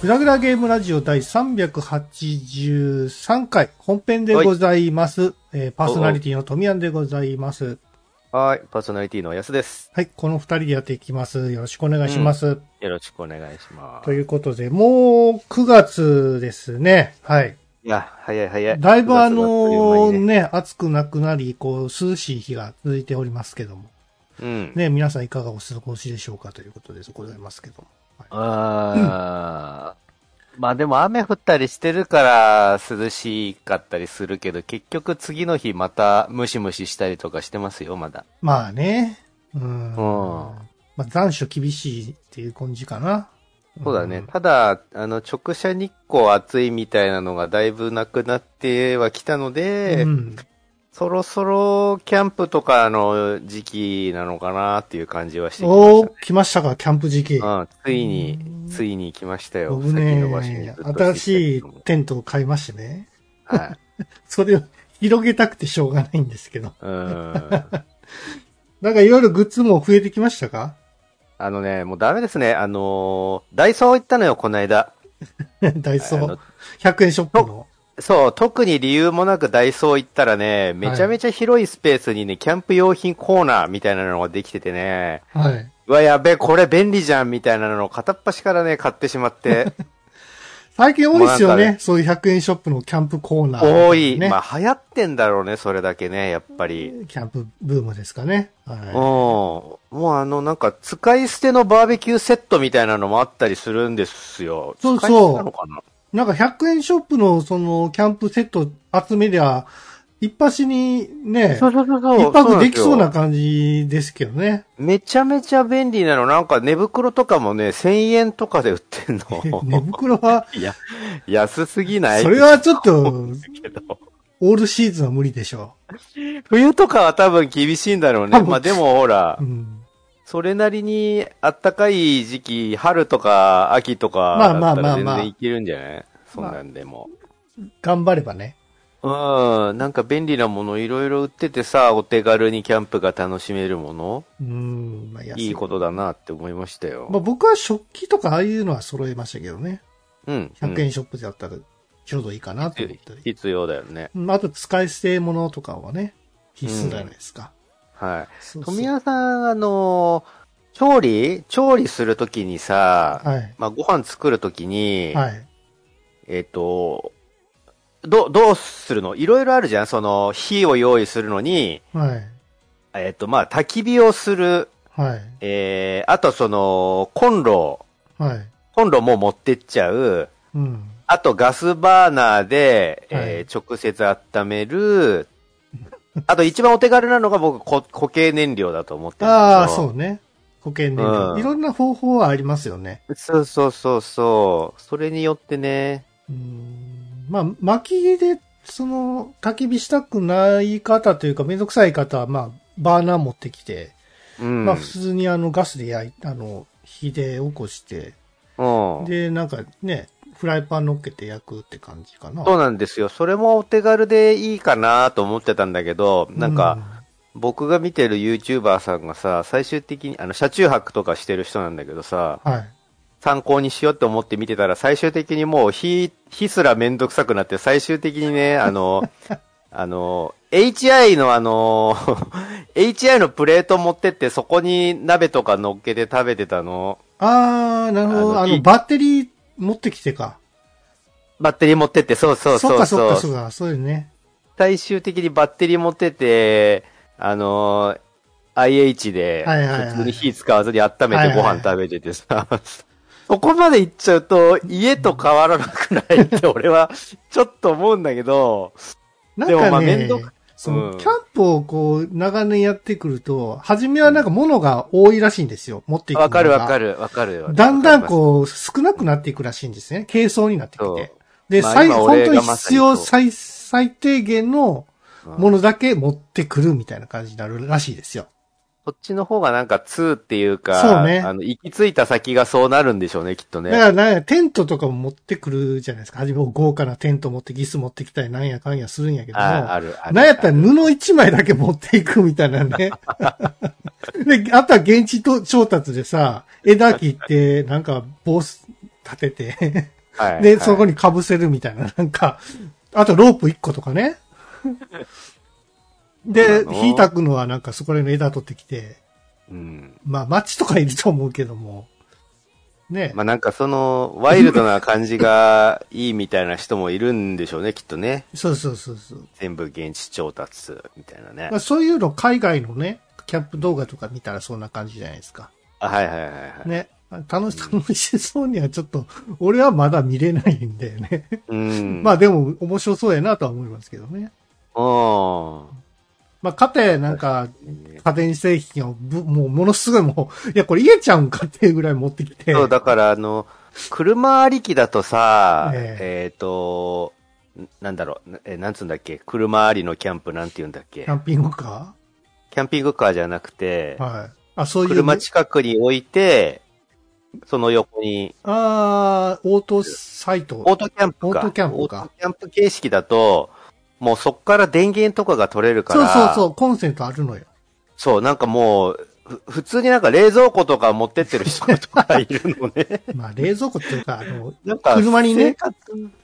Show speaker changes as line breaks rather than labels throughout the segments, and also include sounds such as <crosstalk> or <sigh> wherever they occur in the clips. グラグラゲームラジオ第383回本編でございます。えーパーソナリティの富山でございます。
はい、パーソナリティの安です。
はい、この二人でやっていきます。よろしくお願いします。
よろしくお願いします。
ということで、もう9月ですね。はい。
いや、早い早い。
だいぶあ
9
の
月があっという間にね
ね、暑くなくなり、こう、涼しい日が続いておりますけども。
うん。
ね、皆さんいかがお過ごしでしょうかということでございますけども。
あーまあでも雨降ったりしてるから涼しかったりするけど、結局次の日またムシムシしたりとかしてますよ、まだ。
まあね。うん。
ん
まあ残暑厳しいっていう感じかな。
そうだね。ただ、あの、直射日光暑いみたいなのがだいぶなくなってはきたので、
うん。
そろそろキャンプとかの時期なのかなっていう感じはしてきま
お
し
ー、来ましたか、キャンプ時期。
た。
<laughs>
うん、ついに
う、ん
ついに来ましたよ。
僕
先延ばしにず
ね
っと、してた
新しい
けども
テントを買いましてね。
はい。
それを <laughs> 広げたくてしょうがないんですけど。
うん。
なんかいろいろグッズも増えてきましたか <laughs>
あのね、もうダメですね。あのーダイソー行ったのよ、この間。
ダイソ
あ
ー
の。
100円ショップの。
そう、特に理由もなくダイソー行ったらね、めちゃめちゃ広いスペースにね、キャンプ用品コーナーみたいなのができててね、
はい。
うわ、やべえ、これ便利じゃんみたいなのを片っ端からね、買ってしま
<laughs>
って、
最近多いですよ
もうなんか
ね。そういう100円ショップのキャンプコーナー、
多い。
ね。
まあ、流行ってんだろうね、それだけね、やっぱり。
キャンプブームですかね。はい。
うん。もうあの、なんか、使い捨てのバーベキューセットみたいなのもあったりするんですよ。
そうそう
使い捨てなのかな
なんか100円ショップのそのキャンプセット集めりゃ、一発にね、
うそうそう
一泊できそうなん
ですよ
感じですけど
<laughs>
ね。
めちゃめちゃ便利なの。なんか寝袋とかもね、1000円とかで売ってん
寝 <laughs>
の。
袋は、
いや、安すぎない
それはちょっ
<laughs>
と、
けど。
オールシーズンは無理でしょ
冬とかは多分厳しいんだろう
多
ね。
分
まあでもほら
う。う、ん。
それなりにあったかい時期、春とか秋とか
まあま
だ
あ
っ
ま
たら
あ
全
まあ
然いけるんじゃないそんなんでも。
頑張ればね。
うん、なんか便利なものいろいろ売っててさ、お手軽にキャンプが楽しめるもの、
うん。まあ、安
いいことだなって思いましたよ。
まあ僕は食器とかああいうのは揃えましたけどね。
うん。
100
うん
円ショップだったらちょうどいいかなと思ったり。
必要だよね。
うんあと使い捨て物とかはね、必須じゃないですか。
はい。
そうそう
富谷さん、あのー調理調理するときにさ、
はい。
まあ、ご飯作るときに、
はい。
えっ、と、ど、どうするのいろいろあるじゃんその、火を用意するのに、
はい。
えっ、と、まあ、焚き火をする、
はい。
えー、あとその、コンロ、
はい。
コンロも持ってっちゃう、
うん。
あとガスバーナーで、
は
えー直接温める、 <laughs> あと一番お手軽なのが僕、こ固形燃料だと思ってるんだ
ああ、
けど
そうね。保険燃料。
うん
いろんな方法はありますよね。
そうそうそうそう。それによってね。
うん。まあ、薪で、その、焚き火したくない方というか、めんどくさい方は、まあ、バーナー持ってきて、
うん。
まあ、普通にあの、ガスで焼い、あの、火で起こして、
うん。
で、なんかね、フライパン乗っけて焼くって感じかな。
そうなんですよ。それもお手軽でいいかなと思ってたんだけど、なんか、僕が見てる YouTuber さんがさ、最終的に、あの、車中泊とかしてる人なんだけどさ、
うん、はい。
参考にしようって思って見てたら、最終的にもう火、火すらめんどくさくなって、最終的にね、あの、 <laughs> あの、HI のあの、HI のプレート持ってって、そこに鍋とか乗っけて食べてたの。
ああ、なるほど。あ
あの
の、
いい
バッテリー持ってきてか。
バッテリー持ってって、そうそう
っ
そうそう。
かそっかそっか、そうよね。
最終的にバッテリー持ってて、あのー IH で、
はいはいはい
普通に火使わずに温めてご
はいはいはい
飯食べててさ、 <laughs> そこまで行っちゃうと、家と変わらなくないって俺は、ちょっと思うんだけど、
なん
でもま
か
あ
ね
面倒く、
その、
うん
キャンプをこう、長年やってくると、初めはなんか物が多いらしいんですよ。持っていくもの
わ
が。
かるわかるわかる。
だんだん
わ
こう、少なくなっていくらしいんですね。軽装になってき
そう
て。で、
まあ
最、
今
本
俺
当
が
に
まさ
必
にそう
要最、最低限の
かります、
も
うん
のだけ持ってくるみたいな感じになるらしいですよ。
こっちの方がなんか2っていうか、
そうね
あの、行き着いた先がそうなるんでしょうね、きっとね。
だから、なんや、テントとかも持ってくるじゃないですか。はじめ豪華なテント持って、ギス持ってきたり、なんやかんやするんやけども。
あある、ある。
なんやったら
ある
布一枚だけ持っていくみたい
<laughs>
なね。で、あとは現地と調達でさ、枝切って、なんか、棒立てて、
はい
で、
はい
そこに被せるみたい
<laughs>
な、なんか、あとロープ1個とかね。で、
そうなの
火炊くのはなんかそこら辺の枝取ってきて、
うん。
まあ、マッチとかいると思うけども。ね。
まあなんかその、ワイルドな感じがいいみたいな人もいるんでしょうね、きっとね。
そうそうそうそう。
全部現地調達、みたいなね
まあ、。そういうの海外のね、キャンプ動画とか見たらそんな感じじゃないですか。
あはいはいはいはい。
ね。楽し、楽しそうにはちょっと、俺はまだ見れないんだよね。
うん。
まあでも面白そうやなとは思いますけどね。
あ、
まあ、かて、なんか、
うん。
家電製品をぶ、もう、ものすごいもう、い <laughs> や、これ家ちゃうんかっていうぐらい持ってきて。
そう、だからあの、車ありきだとさ、
え
えっ、と、んなんだろう、なえなんつうんだっけ、車ありのキャンプなんて言うんだっけ
キャ、ンピングカ
キャンピングカーじゃなくて
ー、はい。あ、そういう、
車近くに置いて、その横に、
ああ、オートサイト。
オートキャンプか。
オートキャンプか
オートキャンプ形式だと、もうそっから電源とかが取れるか
そう
ら、
そうそう、コンセントあるのよ。
そう、なんかもう、ふ普通になんか冷蔵庫とか持ってってる人とかいるの
<laughs>
ね。 <laughs>
まあ、冷蔵庫っていうか、あの、
なんか、
車にね
生活、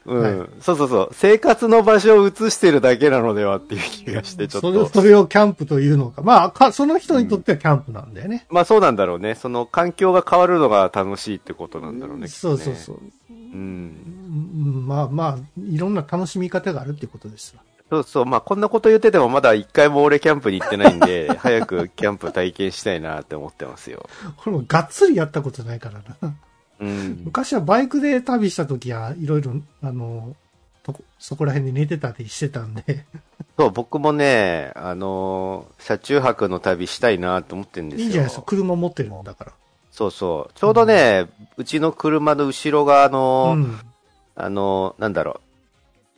うん、
は
そうそうそう。生活の場所を映してるだけなのではっていう気がして、ちょっ
それ
と。
それをキャンプというのか。まあか、その人にとってはキャンプなんだよね。
まあそうなんだろうね。その環境が変わるのが楽しいってことなんだろうね。
そうそう
う。
そう。
うん
う。んまあまあ、いろんな楽しみ方があるってことですわ。
そうそう。まあこんなこと言っててもまだ一回も俺キャンプに行ってない
<laughs>
んで、早くキャンプ体験したいなって思ってますよ。
これもがっつりやったことないからな。
うん。
昔はバイクで旅した時はいろいろ、あの、とこそこら辺で寝てたりしてたんで、
そう、僕もね、あのー車中泊の旅したいなと思ってるんで
い
すよ。
いんじゃないですか。車持ってるんだから。
そうそう。ちょうどね、うちの車の後ろが、あのー
うん。
あの、なんだろう。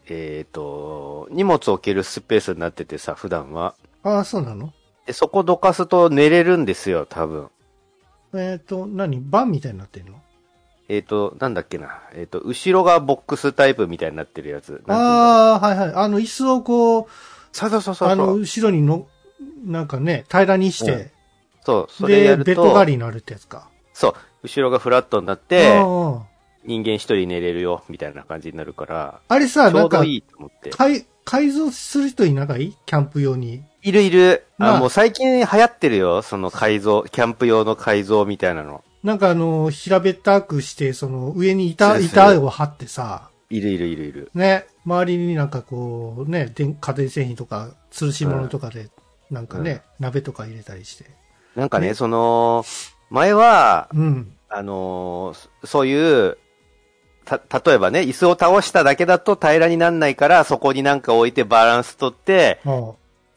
えっ、と、荷物を置けるスペースになっててさ、普段は。
ああ、そうなの
で、そこどかすと寝れるんですよ、多分。
えっ、と、何バンみたいになってるの
えっ、と、なんだっけな。えっ、と、後ろがボックスタイプみたいになってるやつ。あ。
ああ、はいはい。あの、椅子をこう、
そうそうそうそう。
あの、後ろにの、なんかね、平らにして、
そう、それや
で、
る
ベッド代わ
と
り、になるってやつか。
そう、後ろがフラットになっ
う
て、
んうん
人間一人寝れるよ、みたいな感じになるから、
あれさ、
ち
な
ょ
ん
うど
か、
いいと思って。
改改造する人いないキャンプ用に。
いるいる。
まあ
あ、もう最近流行ってるよ、その改造、キャンプ用の改造みたいなの。
なんかあの、平べったくして、その、上に板、
そうです
板を張ってさ、
いるいるいるいる。
ね、周りになんかこう、ね、電家電製品とか、吊るし物とかで、なんかね、鍋とか入れたりして。
なんかね、
ね
その、前は、
うん。
あのーそそういう、た、例えばね、椅子を倒しただけだと平らになんないから、そこになんか置いてバランス取って、
あ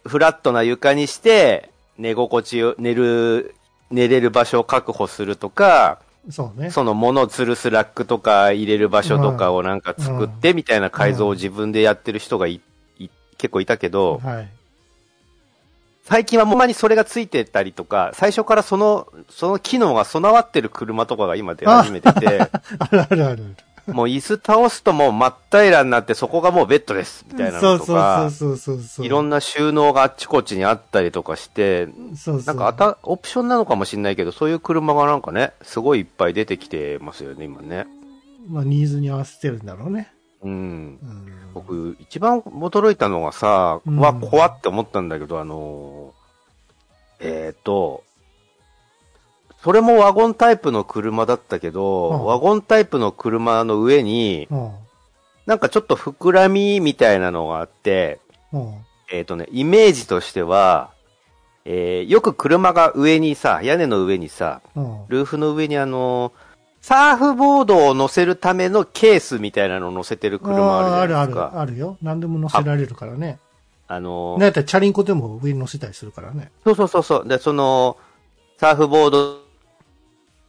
フラットな床にして、寝心地を、寝る、寝れる場所を確保すると
あ
か、
そうね。
その物を吊るすラックとか入れる場所とかをなんか作ってみたいな改造を自分でやってる人がい、い結構いたけど、
はい。 <laughs>
最近はもうほんまにそれがついてたりとか、最初からその、その機能が備わってる車とかが今出始めてて、
<laughs> あるあるある
もう椅子倒すともう真っ平らになってそこがもうベッドです、み
あ
たい
る。
な
そ
の
う
と
そう
か、
そうそうそう。
いろんな収納があっちこっちにあったりとかして、
そうそ
な
うん
かあた、オプションなのかもしれないけど、そういう車がなんかね、すごいいっぱい出てきてますよね、今ね。
まあ、ニーズに合わせてるんだろうね。
うん。
うん
僕、一番驚いたのがさ、
うん
は怖って思ったんだけど、あのー、えっ、と、それもワゴンタイプの車だったけど、
うん
ワゴンタイプの車の上に、
うん
なんかちょっと膨らみみたいなのがあって、
うん
えっ、とね、イメージとしては、えーよく車が上にさ、屋根の上にさ、
うん
ルーフの上にあのーサーフボードを乗せるためのケースみたいなのを乗せてる車あるじゃないです
あ
か。
ーあるある、あるよ。何でも乗せられるからね。
あのー
なんやったらチャリンコでも上に乗せたりするからね。
そうそうそうそう。で、その、サーフボード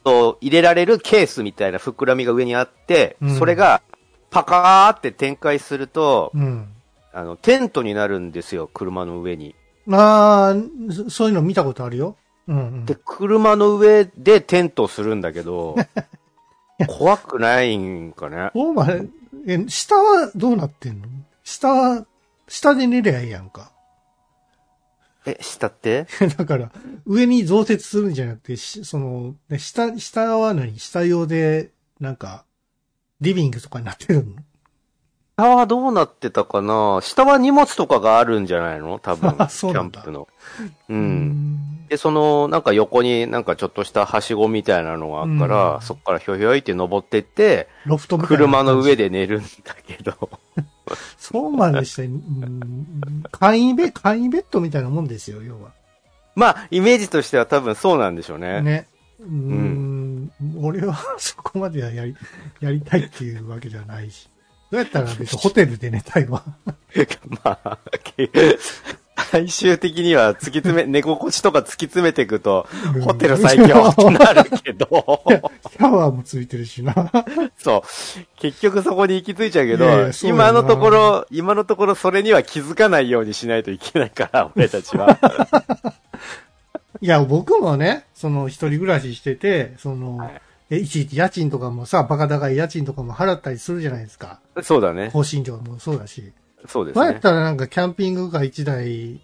を入れられるケースみたいな膨らみが上にあって、
うん
それがパカーって展開すると、
うん。
あの、テントになるんですよ、車の上に。
ああ、そそういうの見たことあるよ。うん、
で、車の上でテントをするんだけ
<laughs>
ど、怖くないんかね。
うん。お前、え、下はどうなってんの下は、下で寝りゃいいやんか。 <laughs>
え、下って
だから、上に増設するんじゃなくて、しその、ね下、下は何下用で、なんか、リビングとかになってるの。
下はどうなってたかな下は荷物とかがあるんじゃないの多分
あ <laughs>
キ
そう
ャ
な
ン
んだ
プの。う。。
うん
で、その、なんか横になんかちょっとしたはしごみたいなのがあるから、
うん
そっからひょひょいって登ってって、
ロフトみたいな
車の上で寝るんだけど。 <laughs>
そうまでして、うん簡易ベ、簡易ベッドみたいなもんですよ、要は。
まあ、イメージとしては多分そうなんでしょうね。
ね。うん、俺はそこまではやり、 <laughs> やりたいっていうわけじゃないし。どうやったら別にホテルで寝たいわ。
<laughs> まあ、 <laughs> 最終的には突き詰め、寝心地とか突き詰めていくと、ホテル最強ってなる
<laughs>
けど、
シャワーもついてるしな。 <laughs>
そう。結局そこに行き着いちゃうけど
いやいや、そうだな
今のところ、今のところそれには気づかないようにしないといけないから、俺た
<laughs>
ちは。
いや、僕もね、その一人暮らししてて、その、
はい
えいちいち家賃とかもさ、バカ高い家賃とかも払ったりするじゃないですか。
そうだね。
更新料もそうだし。
そうです
前やっ
ね。
たらなんかキャンピングカー一台、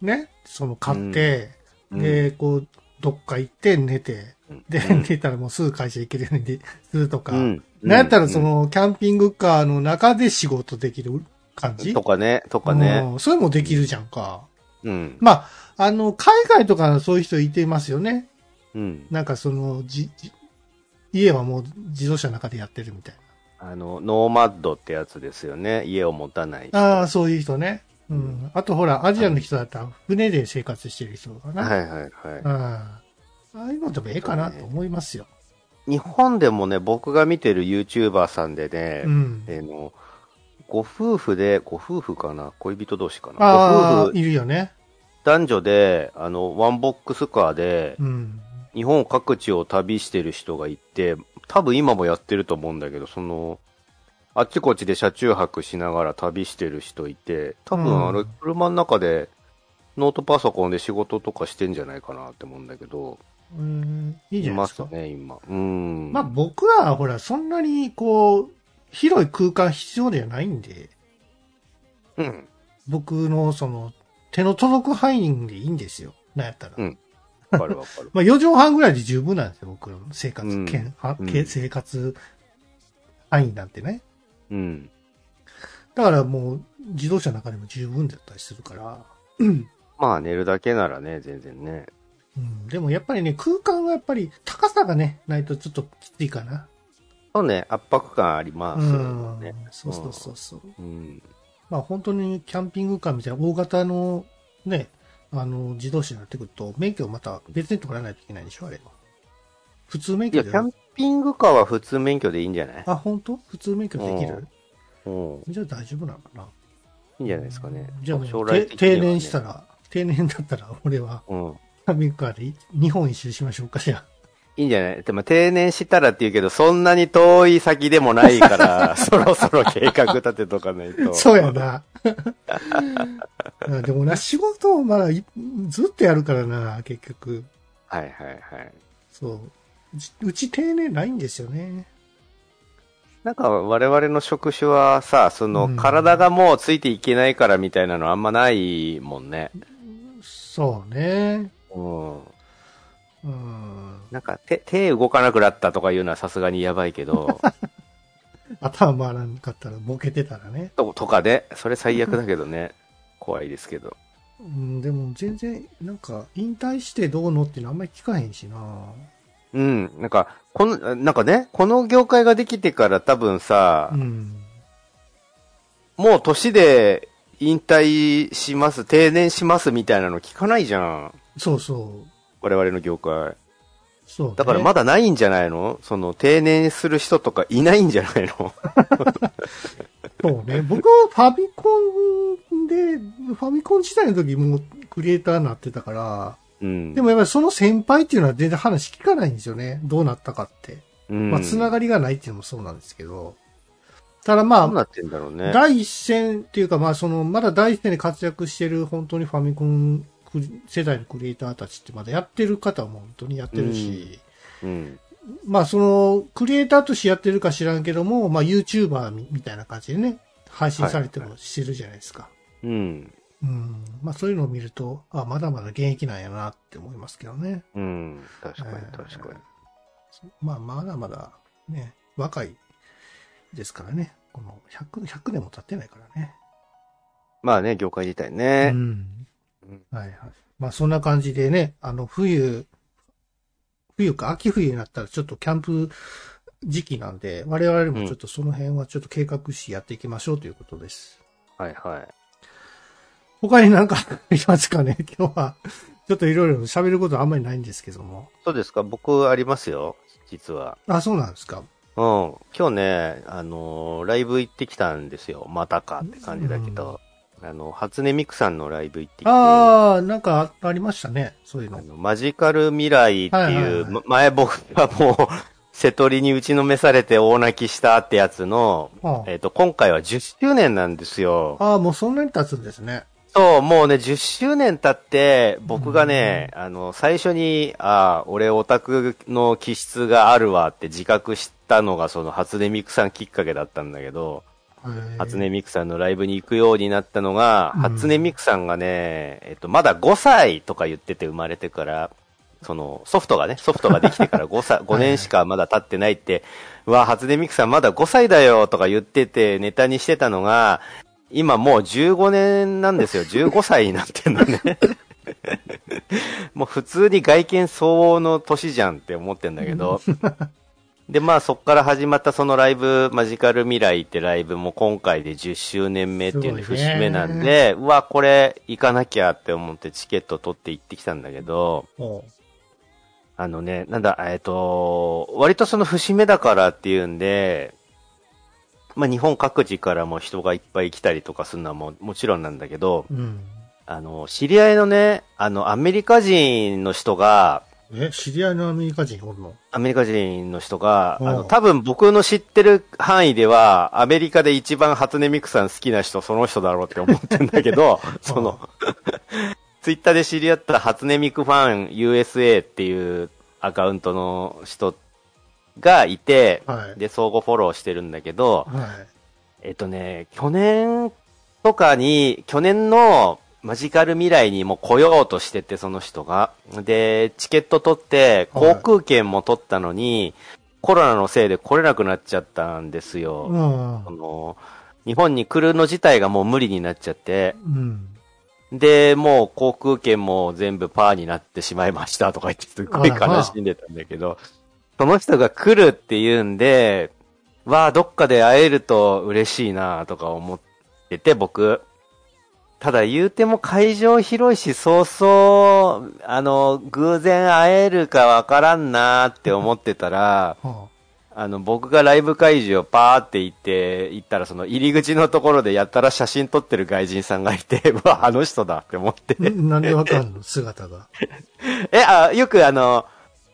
ね、その買って、
うん
で、こう、どっか行って寝て、で、
うん
寝たらもうすぐ会社行けるようにするとか、
う
なん
ん。
やったらそ
うん、
のキャンピングカーの中で仕事できる感じ
とかね、とかね。
うんそれもできるじゃんか。
うん。
まあ、あの、海外とかそういう人いてますよね。
うん。
なんかその、じ、じ家はもう自動車の中でやってるみたい
あの、ノーマッドってやつですよね。家を持たない。
な。ああ、そういう人ね。う。
うん
あとほら、アジアの人だったら船で生活してる人かな。
はいはいはい。
うんああいうのでもええかなと思いますよ。
日本でもね、僕が見てる YouTuber さんでね、
うん。
あの、ご夫婦で、ご夫婦かな恋人同士かな
あ
ご
あ、
夫婦、
いるよね。
男女で、あの、ワンボックスカーで、
うん。
日本各地を旅してる人がいて、多分今もやってると思うんだけど、その、あっちこっちで車中泊しながら旅してる人いて、多
うん
分あれ、車の中で、ノートパソコンで仕事とかしてんじゃないかなって思うんだけど、
うんいい
い
じゃない
ま
です
す
か。
ね、今。うん。
まあ僕らはほら、そんなにこう、広い空間必要ではないんで、
うん。
僕のその、手の届く範囲でいいんですよ。なんやったら。
うんわかるわかる。
まあ4畳半ぐらいで十分なんですよ、僕の生活、
うん
けんは
うん
け生活範囲なんてね。
うん。
だからもう、自動車の中でも十分だったりするから。
まあ寝るだけならね、全然ね。
うん、でもやっぱりね、空間がやっぱり高さがね、ないとちょっときついかな。
そうね、圧迫感ありま
う
す
ん
ね。。
そうそうそうそう。
うん。
まあ本当にキャンピングカーみたいな大型のね、あの、自動車になってくると、免許をまた別に取らないといけないでしょ、あれ。普通免
い
許
や、
で
キャンピングカーは普通免許でいいんじゃない
あ、本当普通免許でき
うん
る
うん。い
じゃあ大丈夫なのかない
んじゃないですかね。
じゃあも
将
う、
来
て
的にはね
定年したら、定年だったら俺は
うん。
キャンピングカーでい日本一周しましょうかしら。
いいんじゃないでも定年したらって言うけど、そんなに遠い先でもない
<laughs>
から、そろそろ計画立てとかないと。
そうやな。
<laughs>
あでもな、仕事をまだいずっとやるからな、結局。
はいはいはい。
そう。うちうち定年ないんですよね。
なんか我々の職種はさ、そ
うん
の体がもうついていけないからみたいなのあんまないもんね。
そうね。
うん。
うん。
なんか手、手動かなくなったとかいうのはさすがにやばいけ
<laughs>
ど、
頭回らんかったら、ボケてたらね。
ととかで、それ最悪だけどね。怖いですけど。
うん、でも全然、なんか、引退してどうのっていうのあんまり聞かへんしな。
うん。なんか、この、なんかね、この業界ができてから多分さ、
うん。
もう年で引退します、定年しますみたいなの聞かないじゃん。
そうそう。
我々の業界。
そう、ね。
だからまだないんじゃないのその定年する人とかいないんじゃないの
<laughs> そうね。僕、ファミコンで、ファミコン時代の時もうクリエイターになってたから、
うん。
でもやっぱりその先輩っていうのは全然話聞かないんですよね。どうなったかって。
うん、
まあ、つなが
り
りがないっていうのもそうなんですけど。ただま
どうな
あ、
ってんだろうね。
第一線っていうか、まあ、その、まだ第一線で活躍してる本当にファミコンクリ世代のクリエイターたちってまだやってる方も本当にやってるし、
うん。
まあ、その、クリエイターとしてやってるか知らんけども、まあ、YouTuber みみたいな感じでね、配信されてもしてるじゃないですか。
うん。
うん。まあそういうのを見ると、あ、まだまだ現役なんやなって思いますけどね。
うん。確かに
えー
確かに。
まあまだまだね、若いですからね。この100、100年も経ってないからね。
まあね、業界自体ね。
うん
うん。
はいはい。まあそんな感じでね、あの冬、冬か秋冬になったらちょっとキャンプ時期なんで、我々もちょっとその辺はちょっと計画しやっていきましょうということです。
はいはい。
他になんかありますかね <laughs> 今日は。ちょっといろいろ喋ることあんまりないんですけども。
そうですか僕ありますよ。実は。
あ、そうなんですか。
うん。今日ね、あのーライブ行ってきたんですよ。またかって感じだけど。あの、初音ミクさんのライブ行ってきて。
ああ、なんかありましたね。そういうの
あ。のマジカル未来っていう、
はいはいはい
ま前僕がもう、瀬戸りに打ちのめされて大泣きしたってやつの、
あ
えっ、と、今回は10周年なんですよ。
ああ、もうそんなに経つんですね。
そう、もうね、10周年経って、僕がね、あの、最初に、ああ、俺オタクの気質があるわって自覚したのが、その初音ミクさんきっかけだったんだけど、
へー
初音ミクさんのライブに行くようになったのが、
うん
初音ミクさんがね、えっと、まだ5歳とか言ってて生まれてから、その、ソフトがね、ソフトができてから5歳、5
<laughs>
年しかまだ経ってないって、うわ、初音ミクさんまだ5歳だよとか言っててネタにしてたのが、今もう15年なんですよ。15歳になってんのね。もう普通に外見相応の年じゃんって思ってんだ
<laughs>
けど。で、まあそっから始まったそのライブ、マジカル未来ってライブも今回で10周年目っていうの
すごい
節
ね
目なんで、うわ、これ行かなきゃって思ってチケット取って行ってきたんだけど、
おう
あのね、なんだ、えっ、と、割とその節目だからっていうんで、まあ日本各地からも人がいっぱい来たりとかするのはもうもちろんなんだけど、
うん。
あの、知り合いのね、あの、アメリカ人の人が、
え、知り合いのアメリカ人おるの
アメリカ人の人が、
うん
あの、多分僕の知ってる範囲では、アメリカで一番初音ミクさん好きな人、その人だろうって思ってんだ
<laughs>
けど、その、 <laughs> ツイッターで知り合った初音ミクファン USA っていうアカウントの人がいて、
はい。
で、相互フォローしてるんだけど、
はい。
えっとね、去年とかに、去年のマジカル未来にも来ようとしてて、その人が。で、チケット取って、
はい
航空券も取ったのに、コロナのせいで来れなくなっちゃったんですよ。
うん
そ。の日本に来るの自体がもう無理になっちゃって、
うん。
で、もう航空券も全部パーになってしまいましたとか言って、すごい
あらまあ
悲しんでたんだけど、その人が来るって言うんで、わあ、どっかで会えると嬉しいなとか思ってて、僕。ただ言うても会場広いし、そうそう、あの、偶然会えるかわからんなって思ってたら、
は
あの、僕がライブ会場パーって行って、行ったらその入り口のところでやったら写真撮ってる外人さんがいて、 <laughs> うわ、あの人だって思って
あ、んなんでわかんの姿が。
え、あ、よくあの、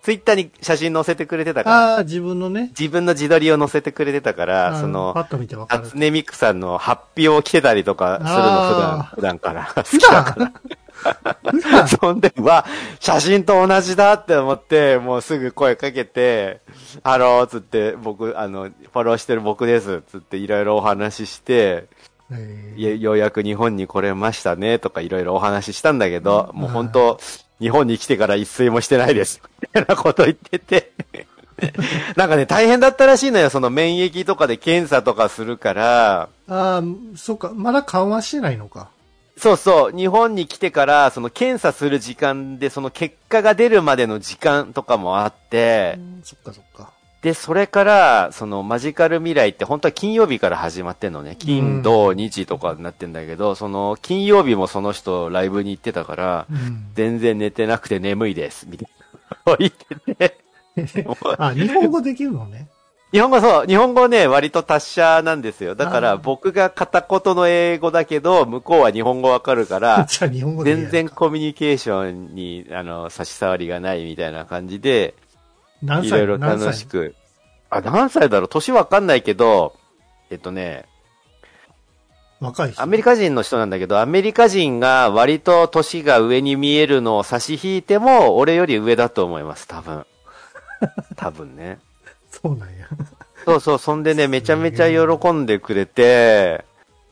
ツイッターに写真載せてくれてたから、
ああ、自分のね。
自分の自撮りを載せてくれてたから、そ
パ
の、
ッと見てわかる
初。音ミクさんの発表を着てたりとかするの普段、
あー
普段から。
普段普段
<laughs> そんで、うわ、写真と同じだって思って、もうすぐ声かけて、あのー、つって、僕、あの、フォローしてる僕です、つっていろいろお話しして、
<laughs> えー
いやようやく日本に来れましたね、とかいろいろお話ししたんだけど、もう本当、日本に来てから一睡もしてない <laughs> です、みたいなこと言ってて。なんかね、大変だったらしいのよ、その免疫とかで検査とかするから、
ああ、そうか。まだ緩和してないのか。
そうそう、日本に来てから、その検査する時間で、その結果が出るまでの時間とかもあって、
そっかそっか。
で、それから、そのマジカル未来って本当は金曜日から始まってんの
う
ね。
ん
金、土、日とかになってんだけど、その金曜日もその人ライブに行ってたから、
うん。
全然寝てなくて眠いです、みたいな。 <laughs> 言ってて。
あ、日本語できるの
<laughs>
ね。
日本語そう、日本語ね、割と達者なんですよ。だか
あ
ら
ー
僕が片言の英語だけど、向こうは日本語わかるから、
じゃあ日本語でいいや
全然コミュニケーションに、あの、差し障りがないみたいな感じで、
何
い
歳
ろいろ
何
楽し
歳
く。あ、何歳だろう年わかんないけど、えっとね、
若い人。
アメリカ人の人なんだけど、アメリカ人が割と年が上に見えるのを差し引いても、俺より上だと思います、
<laughs>
多分。多分ね。
そうなんや。
そうそう、そんでね、めちゃめちゃ
すげえ
喜んでくれて、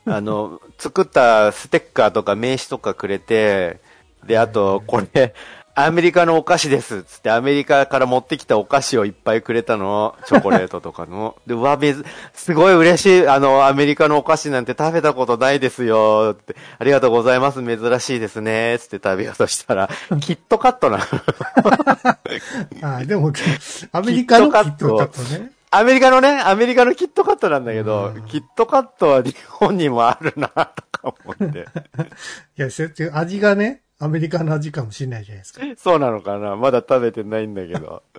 あの、作ったステッカーとか名刺とかくれて、で、あと、これ、アメリカのお菓子です。つって、アメリカから持ってきたお菓子をいっぱいくれたの。チョコレートとかの。で、うわ、めず、すごい嬉しい。あの、アメリカのお菓子なんて食べたことないですよ。って、ありがとうございます。珍しいですね。つって食べようとしたら、キットカットなの。
あーで
<laughs>
も、アメリカのキットカットね。
アメリカのね、アメリカのキットカットなんだけど
うん、
キットカットは日本にもあるな、とか思
<laughs>
って。
いや、そうやって味がね、アメリカの味かもしれないじゃないですか。
そうなのかなまだ食べてないんだけ
<laughs>
ど。 <laughs>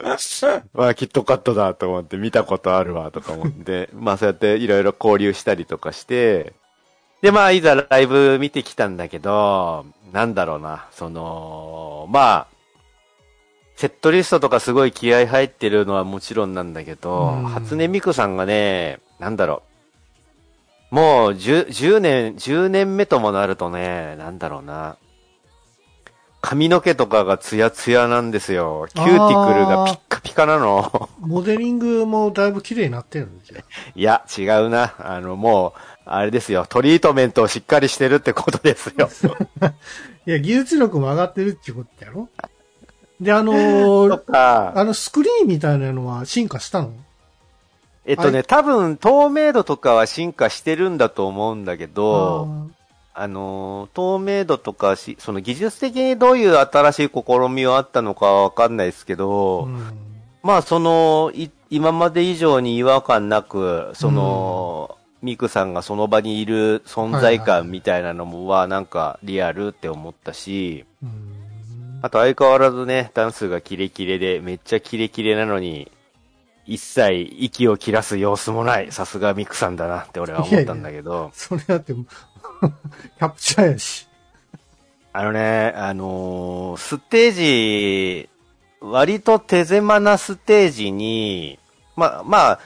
まあ、キットカットだと思って、見たことあるわ、とか思
<laughs>
って。まあ、そうやっていろいろ交流したりとかして。で、まあ、いざライブ見てきたんだけど、なんだろうな、その、まあ、セットリストとかすごい気合入ってるのはもちろんなんだけど
うん、
初音ミクさんがね、なんだろう。もう10、10年、10年目ともなるとね、なんだろうな。髪の毛とかがツヤツヤなんですよ。キューティクルがピッカピカなの。 <laughs>
モデリングもだいぶ綺麗になってるんですよ。
いや、違うな。あの、もう、あれですよ。トリートメントをしっかりしてるってことです <laughs> よ。
いや、技術力も上がってるっていうことやろで、あのー
<laughs> とか。
あのスクリーンみたいなのは進化したの
えっと
は
ね、多分透明度とかは進化してるんだと思うんだけど、あのー、透明度とかし、その技術的にどういう新しい試みはあったのかはわかんないですけ
あー
ど、
うん
まあその、い今まで以上に違和感なく、その、ミクさんがその場にいる存在
はいはい
感みたいなのもはなんかリアルって思ったし、
うん
あと相変わらずね、ダンスがキレキレで、めっちゃキレキレなのに、一切息を切らす様子もない、さすがミクさんだなって俺は思ったんだけど、
それだって、 <laughs> キャプチャーやし。
あのね、あのーステージ、割と手狭なステージに、ま、まあ、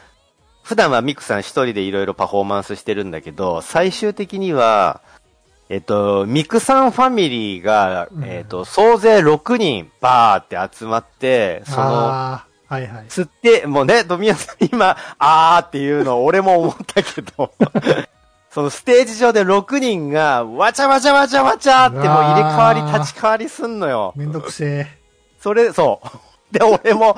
普段はミクさん一人でいろいろパフォーマンスしてるんだけど、最終的には、えっと、ミクさんファミリーが
う、ん
えっと、総勢6人バーって集まって、その、
ああ、はいはい。
吸って、もうね、ドミヤさん今、あーっていうのを俺も思ったけど、 <laughs> そのステージ上で6人が、わちゃわちゃわちゃわちゃってもう入れ替わ
う
り
わー
立ち替わりすんのよ。
めんどくせ
それ、そう。で、 <laughs> 俺も、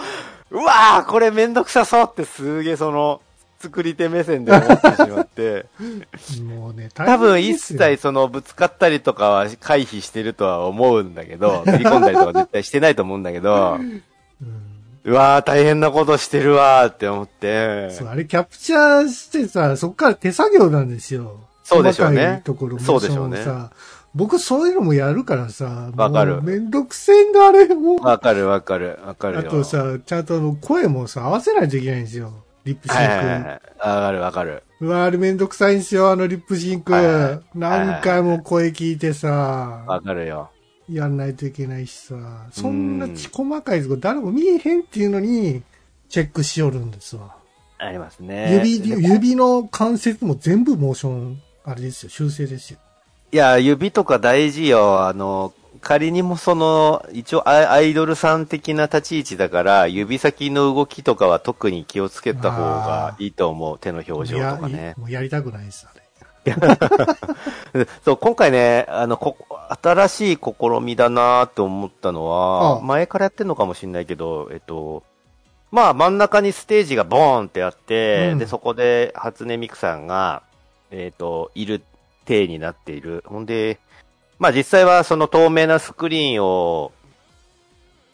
うわーこれめんどくさそうってすげえその、作り手目線で思ってしまって、
え。もうね、
多
大
分
変で
一
すよ
切そのぶつかったりとかは回避してるとは思うんだ
<laughs>
けど、振り込んだりとか絶対してないと思うんだけど、
うん
うわー大変なことしてるわーって思って。
そう、あれキャプチャーしてさ、そっから手作業なんですよ。
そうでしょうね
細かいところも
そうでしょうね
そのさ僕そういうのもやるからさ、
わかる
もうめんどくせえんだ、あれもう。
わかるわかる、わかるよ。
あとさ、ちゃんとあの声もさ、合わせないといけないんですよ。リップシンク。
はいはいはいはい。わかるわかる。
うわ、あれめんどくさいんですよ、あのリップシンク。
はいはい
何回も声聞いてさ、
わかるよ。
やんないといけないしさ、そんなち細かいとこ誰も見えへんっていうのに、チェックしよるんですわ。
ありますね。
指、
でも
指の関節も全部モーション、あれですよ、修正ですよ。
いや、指とか大事よ。あの、仮にもその、一応アアイドルさん的な立ち位置だから、指先の動きとかは特に気をつけた方がいいと思う。手の表情とか
いや
ね
い。もうやりたくないです、あれ。
<laughs> そう、今回ね、あの、こ、新しい試みだなーって思ったのは、
ああ
前からやってんのかもしれないけど、えっと、まあ真ん中にステージがボーンってあって、
うん
で、そこで初音ミクさんが、えっと、いる体になっている。ほんで、まあ実際はその透明なスクリーンを、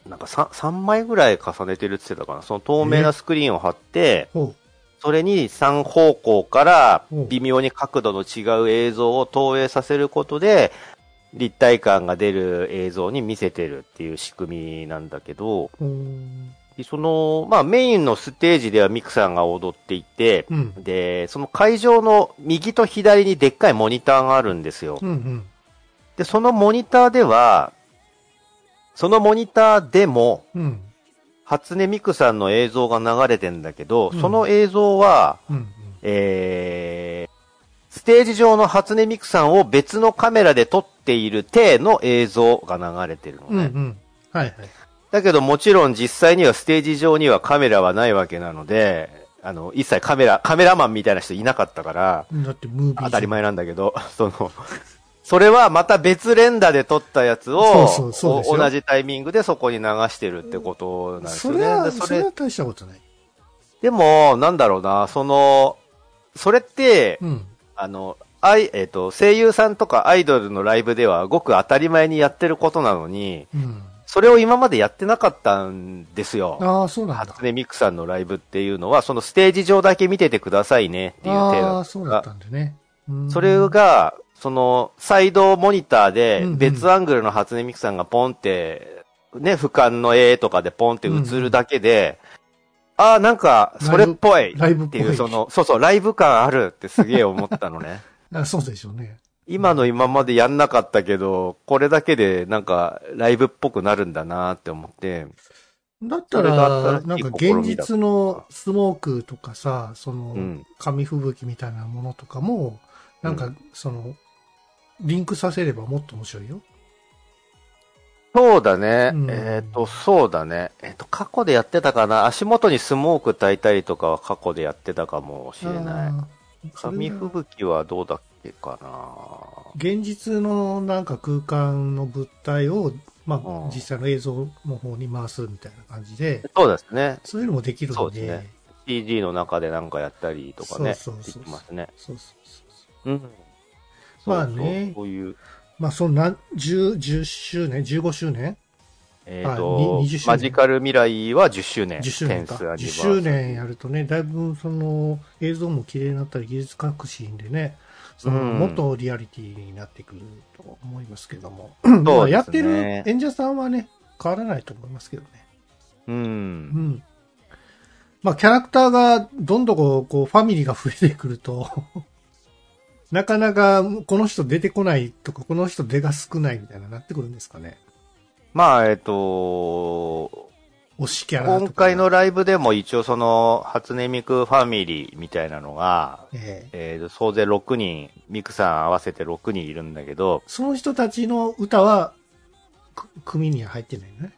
なんか 3, 三枚ぐらい重ねてるって言ってたかな。その透明なスクリーンを貼って、
ほ
それに3方向から
うん
微妙に角度の違う映像を投影させることで、立体感が出る映像に見せてるっていう仕組みなんだけど、
う。うん。
でその、まあメインのステージではミクさんが踊っていて、
うん。
で、その会場の右と左にでっかいモニターがあるんですよ
う。んうん。
で、そのモニターでは、そのモニターでも、
うん。
初音ミクさんの映像が流れてんだけど、
うん
その映像は、
うん。
えー、ステージ上の初音ミクさんを別のカメラで撮っている体の映像が流れてるの
うん。う
ね。
ん。はいはい。
だけどもちろん実際にはステージ上にはカメラはないわけなので、あの、一切カメラ、カメラマンみたいな人いなかったから、
だってムービー。
<laughs> 当たり前なんだけど、その、それはまた別連打で撮ったやつを、
そうそうそうですよ
お同じタイミングでそこに流してるってことなんです
そ
よ
れ
ね。
は、
で
そ
そ
れ
れ
は大したことない。
でも、なんだろうな、その、それって、
うん。
あの、あい、えっ、と、声優さんとかアイドルのライブではごく当たり前にやってることなのに、
うん。
それを今までやってなかったんですよ。
ああ、そうなんだ。
初音ミクさんのライブっていうのは、そのステージ上だけ見ててくださいねっていう程度
ああ、そうだったんだよね。うん
それ、が、その、サイドモニターで
うんうん
別アングルの初音ミクさんがポンって、ね、俯瞰の絵とかでポンって映るだけで、ああ、なんか、それっぽい
ライブっ
っ
ぽ
て
い。
いう、その、そうそう、ライブ感あるってすげえ思ったのね。
あそうでしょうね。
今の今までやんなかったけど、これだけでなんかライブっぽくなるんだなって思って。
だった
それが
ら、
新
なん
しい
か
試みだ
現実のスモークとかさ、そうの、
ん。
紙吹雪みたいなものとかも、なん
う
か、その、リンクさせればもっと面白いよ。
そうだね。
うん
えっ、と、そうだね。えっ、と、過去でやってたかな。足元にスモーク焚いたりとかは過去でやってたかもしれない。
い
紙吹雪はどうだっけかな。
現実のなんか空間の物体を、ま
うん
あ、実際の映像の方に回すみたいな感じで、
そうですね。
そういうのもできる
そ
の
うです
で、
ね CG の中でなんかやったりとかね。
そうそうそうそう
できますね。
そうそうそうそう
うん。
まあね
そうそうそういう、
まあ、そのなん10、10周年、15周年
えっ、と
あに20周年
マジカル未来は10周年。
10周年か。
テンスアニバー
10
サリー
周年やるとね、だいぶその映像も綺麗になったり、技術革新でね、その
うん
もっとリアリティになってくると思いますけど
<coughs>
も。
ね
まあやってる演者さんはね、変わらないと思いますけどね。
う。
うんん。まあ、キャラクターがどんどんこう、こうファミリーが増えてくると、 <laughs> なかなかこの人出てこないとか、この人出が少ないみたいななってくるんですかね。
まあ、えっ、と、
推しキャラとか。
今回の、ライブでも一応その、初音ミクファミリーみたいなのが、
ええ
えー、総勢6人、ミクさん合わせて6人いるんだけど、
その人たちの歌は、く組には入ってないのね。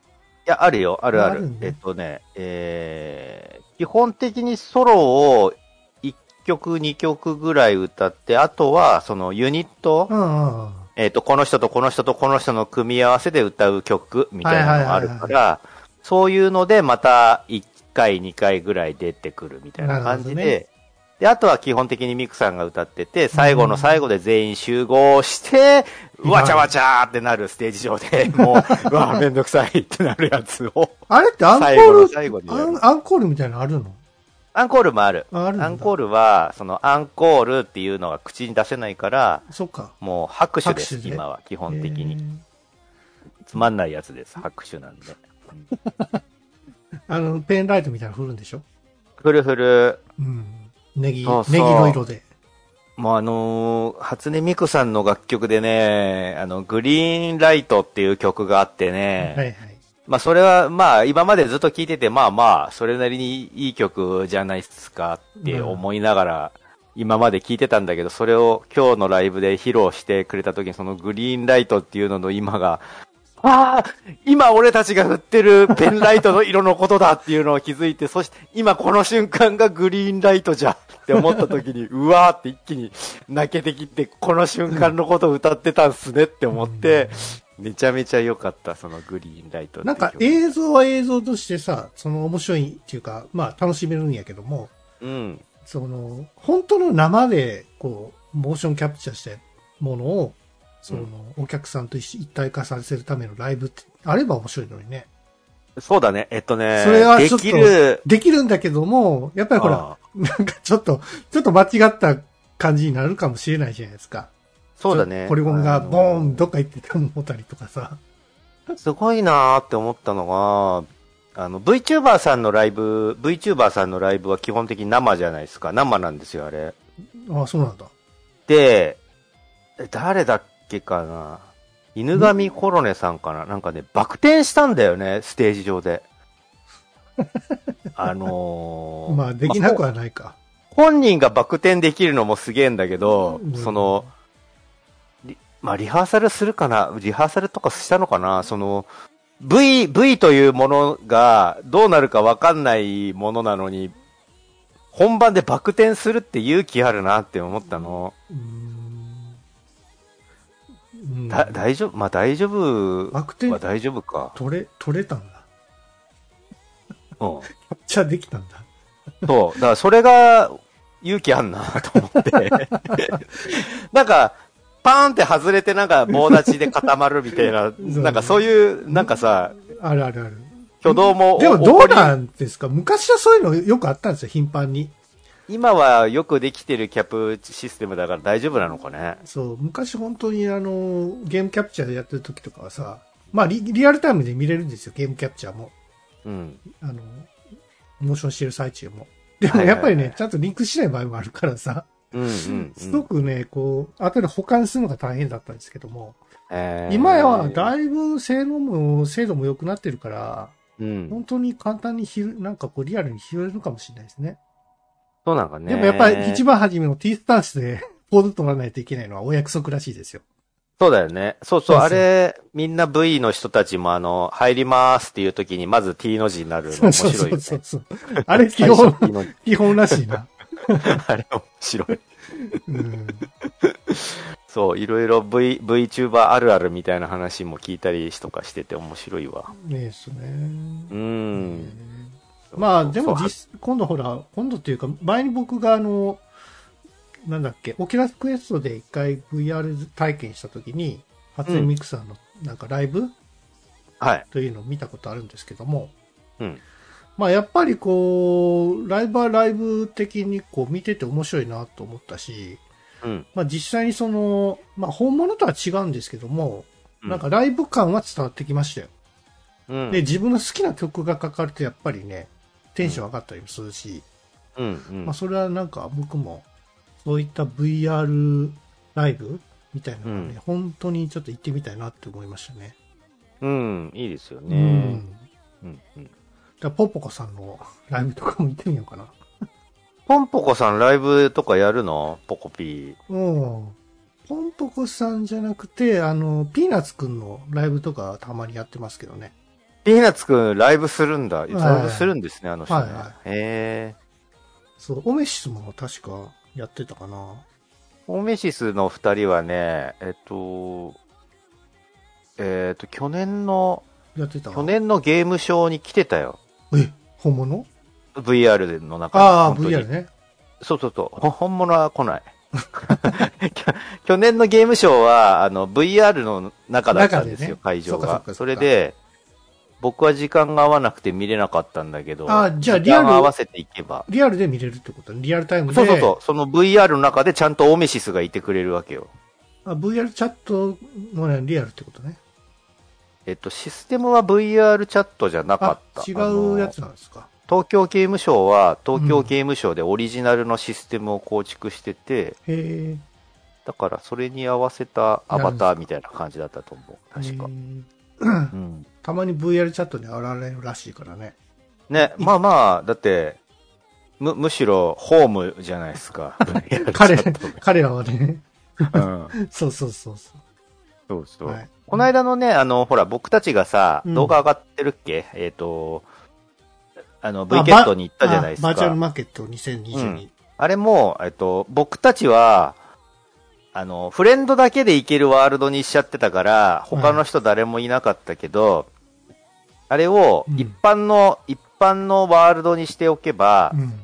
いや、あるよ、あるあ
あ
る。
るんだ
えっとね、えー、基本的にソロを1曲、2曲ぐらい歌って、あとはそのユニット、
うんうんうん。
えっと、この人とこの人とこの人の組み合わせで歌う曲みたいなのがある
は
か
いはい
ら、そういうのでまた1回、2回ぐらい出てくるみたいな感じで、
なるほどね
で、あとは基本的にミクさんが歌ってて、最後の最後で全員集合して、
うん
わちゃわちゃーってなるステージ
<laughs>
上で、もう、うわ、めんどくさいってなるやつを。
あれってアンコ
最後の
ー
最後に
ル、
や
ア
る
ンアンコールみたいなのあるの
アンコールもある。
ああるんだ
アンコールは、そのアンコールっていうのが口に出せないから、
そっか。
もう拍手です、
拍手で
今は、基本的に。
え
つまんないやつです、拍手なんで。
ーあの、ペンライトみたいなの振るんでしょ
フルフル、
うん。ネギ、
そうそう
ネギの色で。
もうあのー初音ミクさんの楽曲でね、あの、グリーンライトっていう曲があってね、
はいはい。
まあそれはまあ今までずっと聴いてて、まあまあ、それなりにいい曲じゃないですかって思いながら、今まで聴いてたんだけど、それを今日のライブで披露してくれた時に、そのグリーンライトっていうのの今が、ああ今俺たちが振ってるペンライトの色のことだっていうのを気づいて、そして今この瞬間がグリーンライトじゃって思った
<laughs>
時に、うわーって一気に泣けてきて、この瞬間のことを歌ってたんすねって思って、めちゃめちゃ良かった、そのグリーンライトって
ないん
う曲
か映像は映像としてさ、その面白いっていうか、まあ楽しめるんやけども、
うん。
その、本当の生で、こう、モーションキャプチャーしたものを、その、お客さんと一緒一体化させるためのライブって、あれば面白いのにね。
そうだね。えっとね、
それはちょっと
できる。
できるんだけども、やっぱりほら、
ああ
なんかちょっと、ちょっと間違った感じになるかもしれないじゃないですか。
そうだね。
ポリゴンがボーン、ど
ど
っか行ってたの持ったりとかさ。
すごいなーって思ったのが、あの、VTuber さんのライブ、VTuber さんのライブは基本的に生じゃないですか。生なんですよ、あれ。
ああ、そうなんだ。
で、え誰だっけかな犬神コロネさんかななんかね、バク転したんだよね、ステージ上で。あの
<laughs>
ー、
まあ、できなくはないか。
本人がバク転できるのもすげえんだけど、
うん
その、リまあ、リハーサルするかなリハーサルとかしたのかなその、V、V というものがどうなるかわかんないものなのに、本番でバク転するって勇気あるなって思ったの。
うーんうん。
だ大丈夫まあ大丈夫
バク
は
転
大丈夫か。
取れ、取れたんだ。
うん。
じゃあできたんだ。
そう。だからそれが勇気あんなと思
<laughs>
って。なんか、パーンって外れてなんか棒立ちで固まるみたいな、
ね
なんかそういう、なんかさ、
あるあるある。
挙動も。
でも
お
どう
起こ
なんですか昔はそういうのよくあったんですよ、頻繁に。
り今はよくできてるキャップシステムだから大丈夫なのかね。
そう、昔本当にあの、ゲームキャプチャーやってる時とかはさ、まあリリアルタイムで見れるんですよ、ゲームキャプチャーも。
うん。
あの、モーションしてる最中も。でも
はいはい
や
は
っ
い
ぱりね、ちゃんとリンクしない場合もあるからさ、
うんうん、う
すご
ん。
くね、こう、後で保管するのが大変だったんですけども、
えー
今はだいぶ性能も、精度も良くなってるから、
うん。
本当に簡単に拾う、なんかこうリアルに拾えるかもしれないですね。
そうなんかね。
でもやっぱり一番初めの T スタンスで <laughs> ポーズ取らないといけないのはお約束らしいですよ。
そうだよね。そうそ
そう
う、
そう
あれ、みんな V の人たちもあの、入りますっていう時にまず T の字になるの面白いよね。
そうそうそう。あれ基
最初
本、
T の字
基本らしいな。
<laughs> あれ面白い。
うん。
そう、いろいろ V、VTuber あるあるみたいな話も聞いたりとかしてて面白いわ。
ねえですね。
うーん。
まあ、でも
そう
実、今度ほら、今度っていうか、前に僕があの、なんだっけ、オキュラスクエストで一回 VR 体験した時に、初音ミクさんのなんかライブ
はい。
というのを見たことあるんですけども、
うん。
まあやっぱりこう、ライブはライブ的にこう見てて面白いなと思ったし、
うん。
まあ実際にその、まあ本物とは違うんですけども、
うん
なんかライブ感は伝わってきましたよ。
うん。
で、自分の好きな曲がかかるとやっぱりね、テンション上がったりもするし、
うん。うん
まあ、それはなんか僕もそういった VR ライブみたいなのがね、
うん
本当にちょっと行ってみたいなって思いましたね。
うん。いいですよ
う
ね
ん。。だか
うん。うん。
らポッポコさんのライブとかも行ってみようかな。
ポンポコさんライブとかやるのポコピ
うん。ポンポコさんじゃなくて、あの、ピーナッツくんのライブとかたまにやってますけどね。
ー。ピーナッツくんライブするんだ。
い
ライブするんですね、あの人ね。
はいは
へえ。
そう、オメシスも確かやってたかな。
オメシスの二人はね、えっと、えっと、去年の、
やってたわ
去年のゲームショーに来てたよ。
え、本物
VR での中に
ああ、
本当に
VR ね。
そうそうそう。ほ本物は来ない。 <laughs> きょ去年のゲームショーは、あの、VR の中だったんです
中
よ、
でね
会場
そっかそっ
が
かそっ。か
それで、僕は時間が合わなくて見れなかったんだけど、
あじゃあ
時間
リアル
合わせていけば。
リアルで見れるってことね。リアルタイムで。
そうそうそう。その VR の中でちゃんとオメシスがいてくれるわけよ。
あ VR チャットのね、リアルってことね。
えっと、システムは VR チャットじゃなか
あ
った。、
違
あの
うやつなんですか。
東京ゲームショーは、東京ゲームショーでオリジナルのシステムを構築してて、
へえ。
だからそれに合わせたアバターみたいな感じだったと思う。確か
へ。ー
うん
たまに VR チャットに現れるらしいからね。
ね、まあまあ、だって、む、むしろホームじゃないですか。
<laughs> 彼
ちょっとね、
彼らはね、
うん
そうそうそうそ。
そうそうう。
はい。
この間のね、あの、ほら、僕たちがさ、
うん
動画上がってるっけえっ、と、あの、
まあ
V ケットに行ったじゃないです
あバーチャ
か
ル。マーケット2022。
あれも、えっと、僕たちは、あの、フレンドだけで行けるワールドにしちゃってたから、他の人誰もいなかったけど、あれを
うん
一般の、一般のワールドにしておけば、
うん。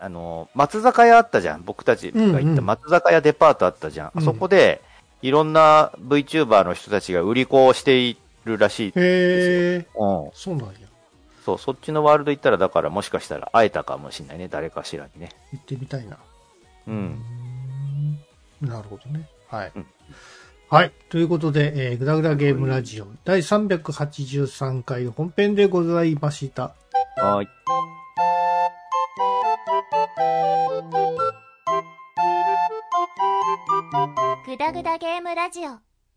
あの、松坂屋あったじゃん。僕たちが行
うん
っ
う
た
ん
松坂屋デパートあったじゃん。
うん
あそこで、いろんな VTuber の人たちが売り子をしているらしい。
へえ、
うん。
そうなんや。
そう、そっちのワールド行ったら、だからもしかしたら会えたかもしれないね。誰かしらにね。
行ってみたいな。
うん。
うーんなるほどね。はい。
うん
はい。ということで、えー、グダグダゲームラジオ第383回本編でございました。
はい。
グダグダゲームラジオ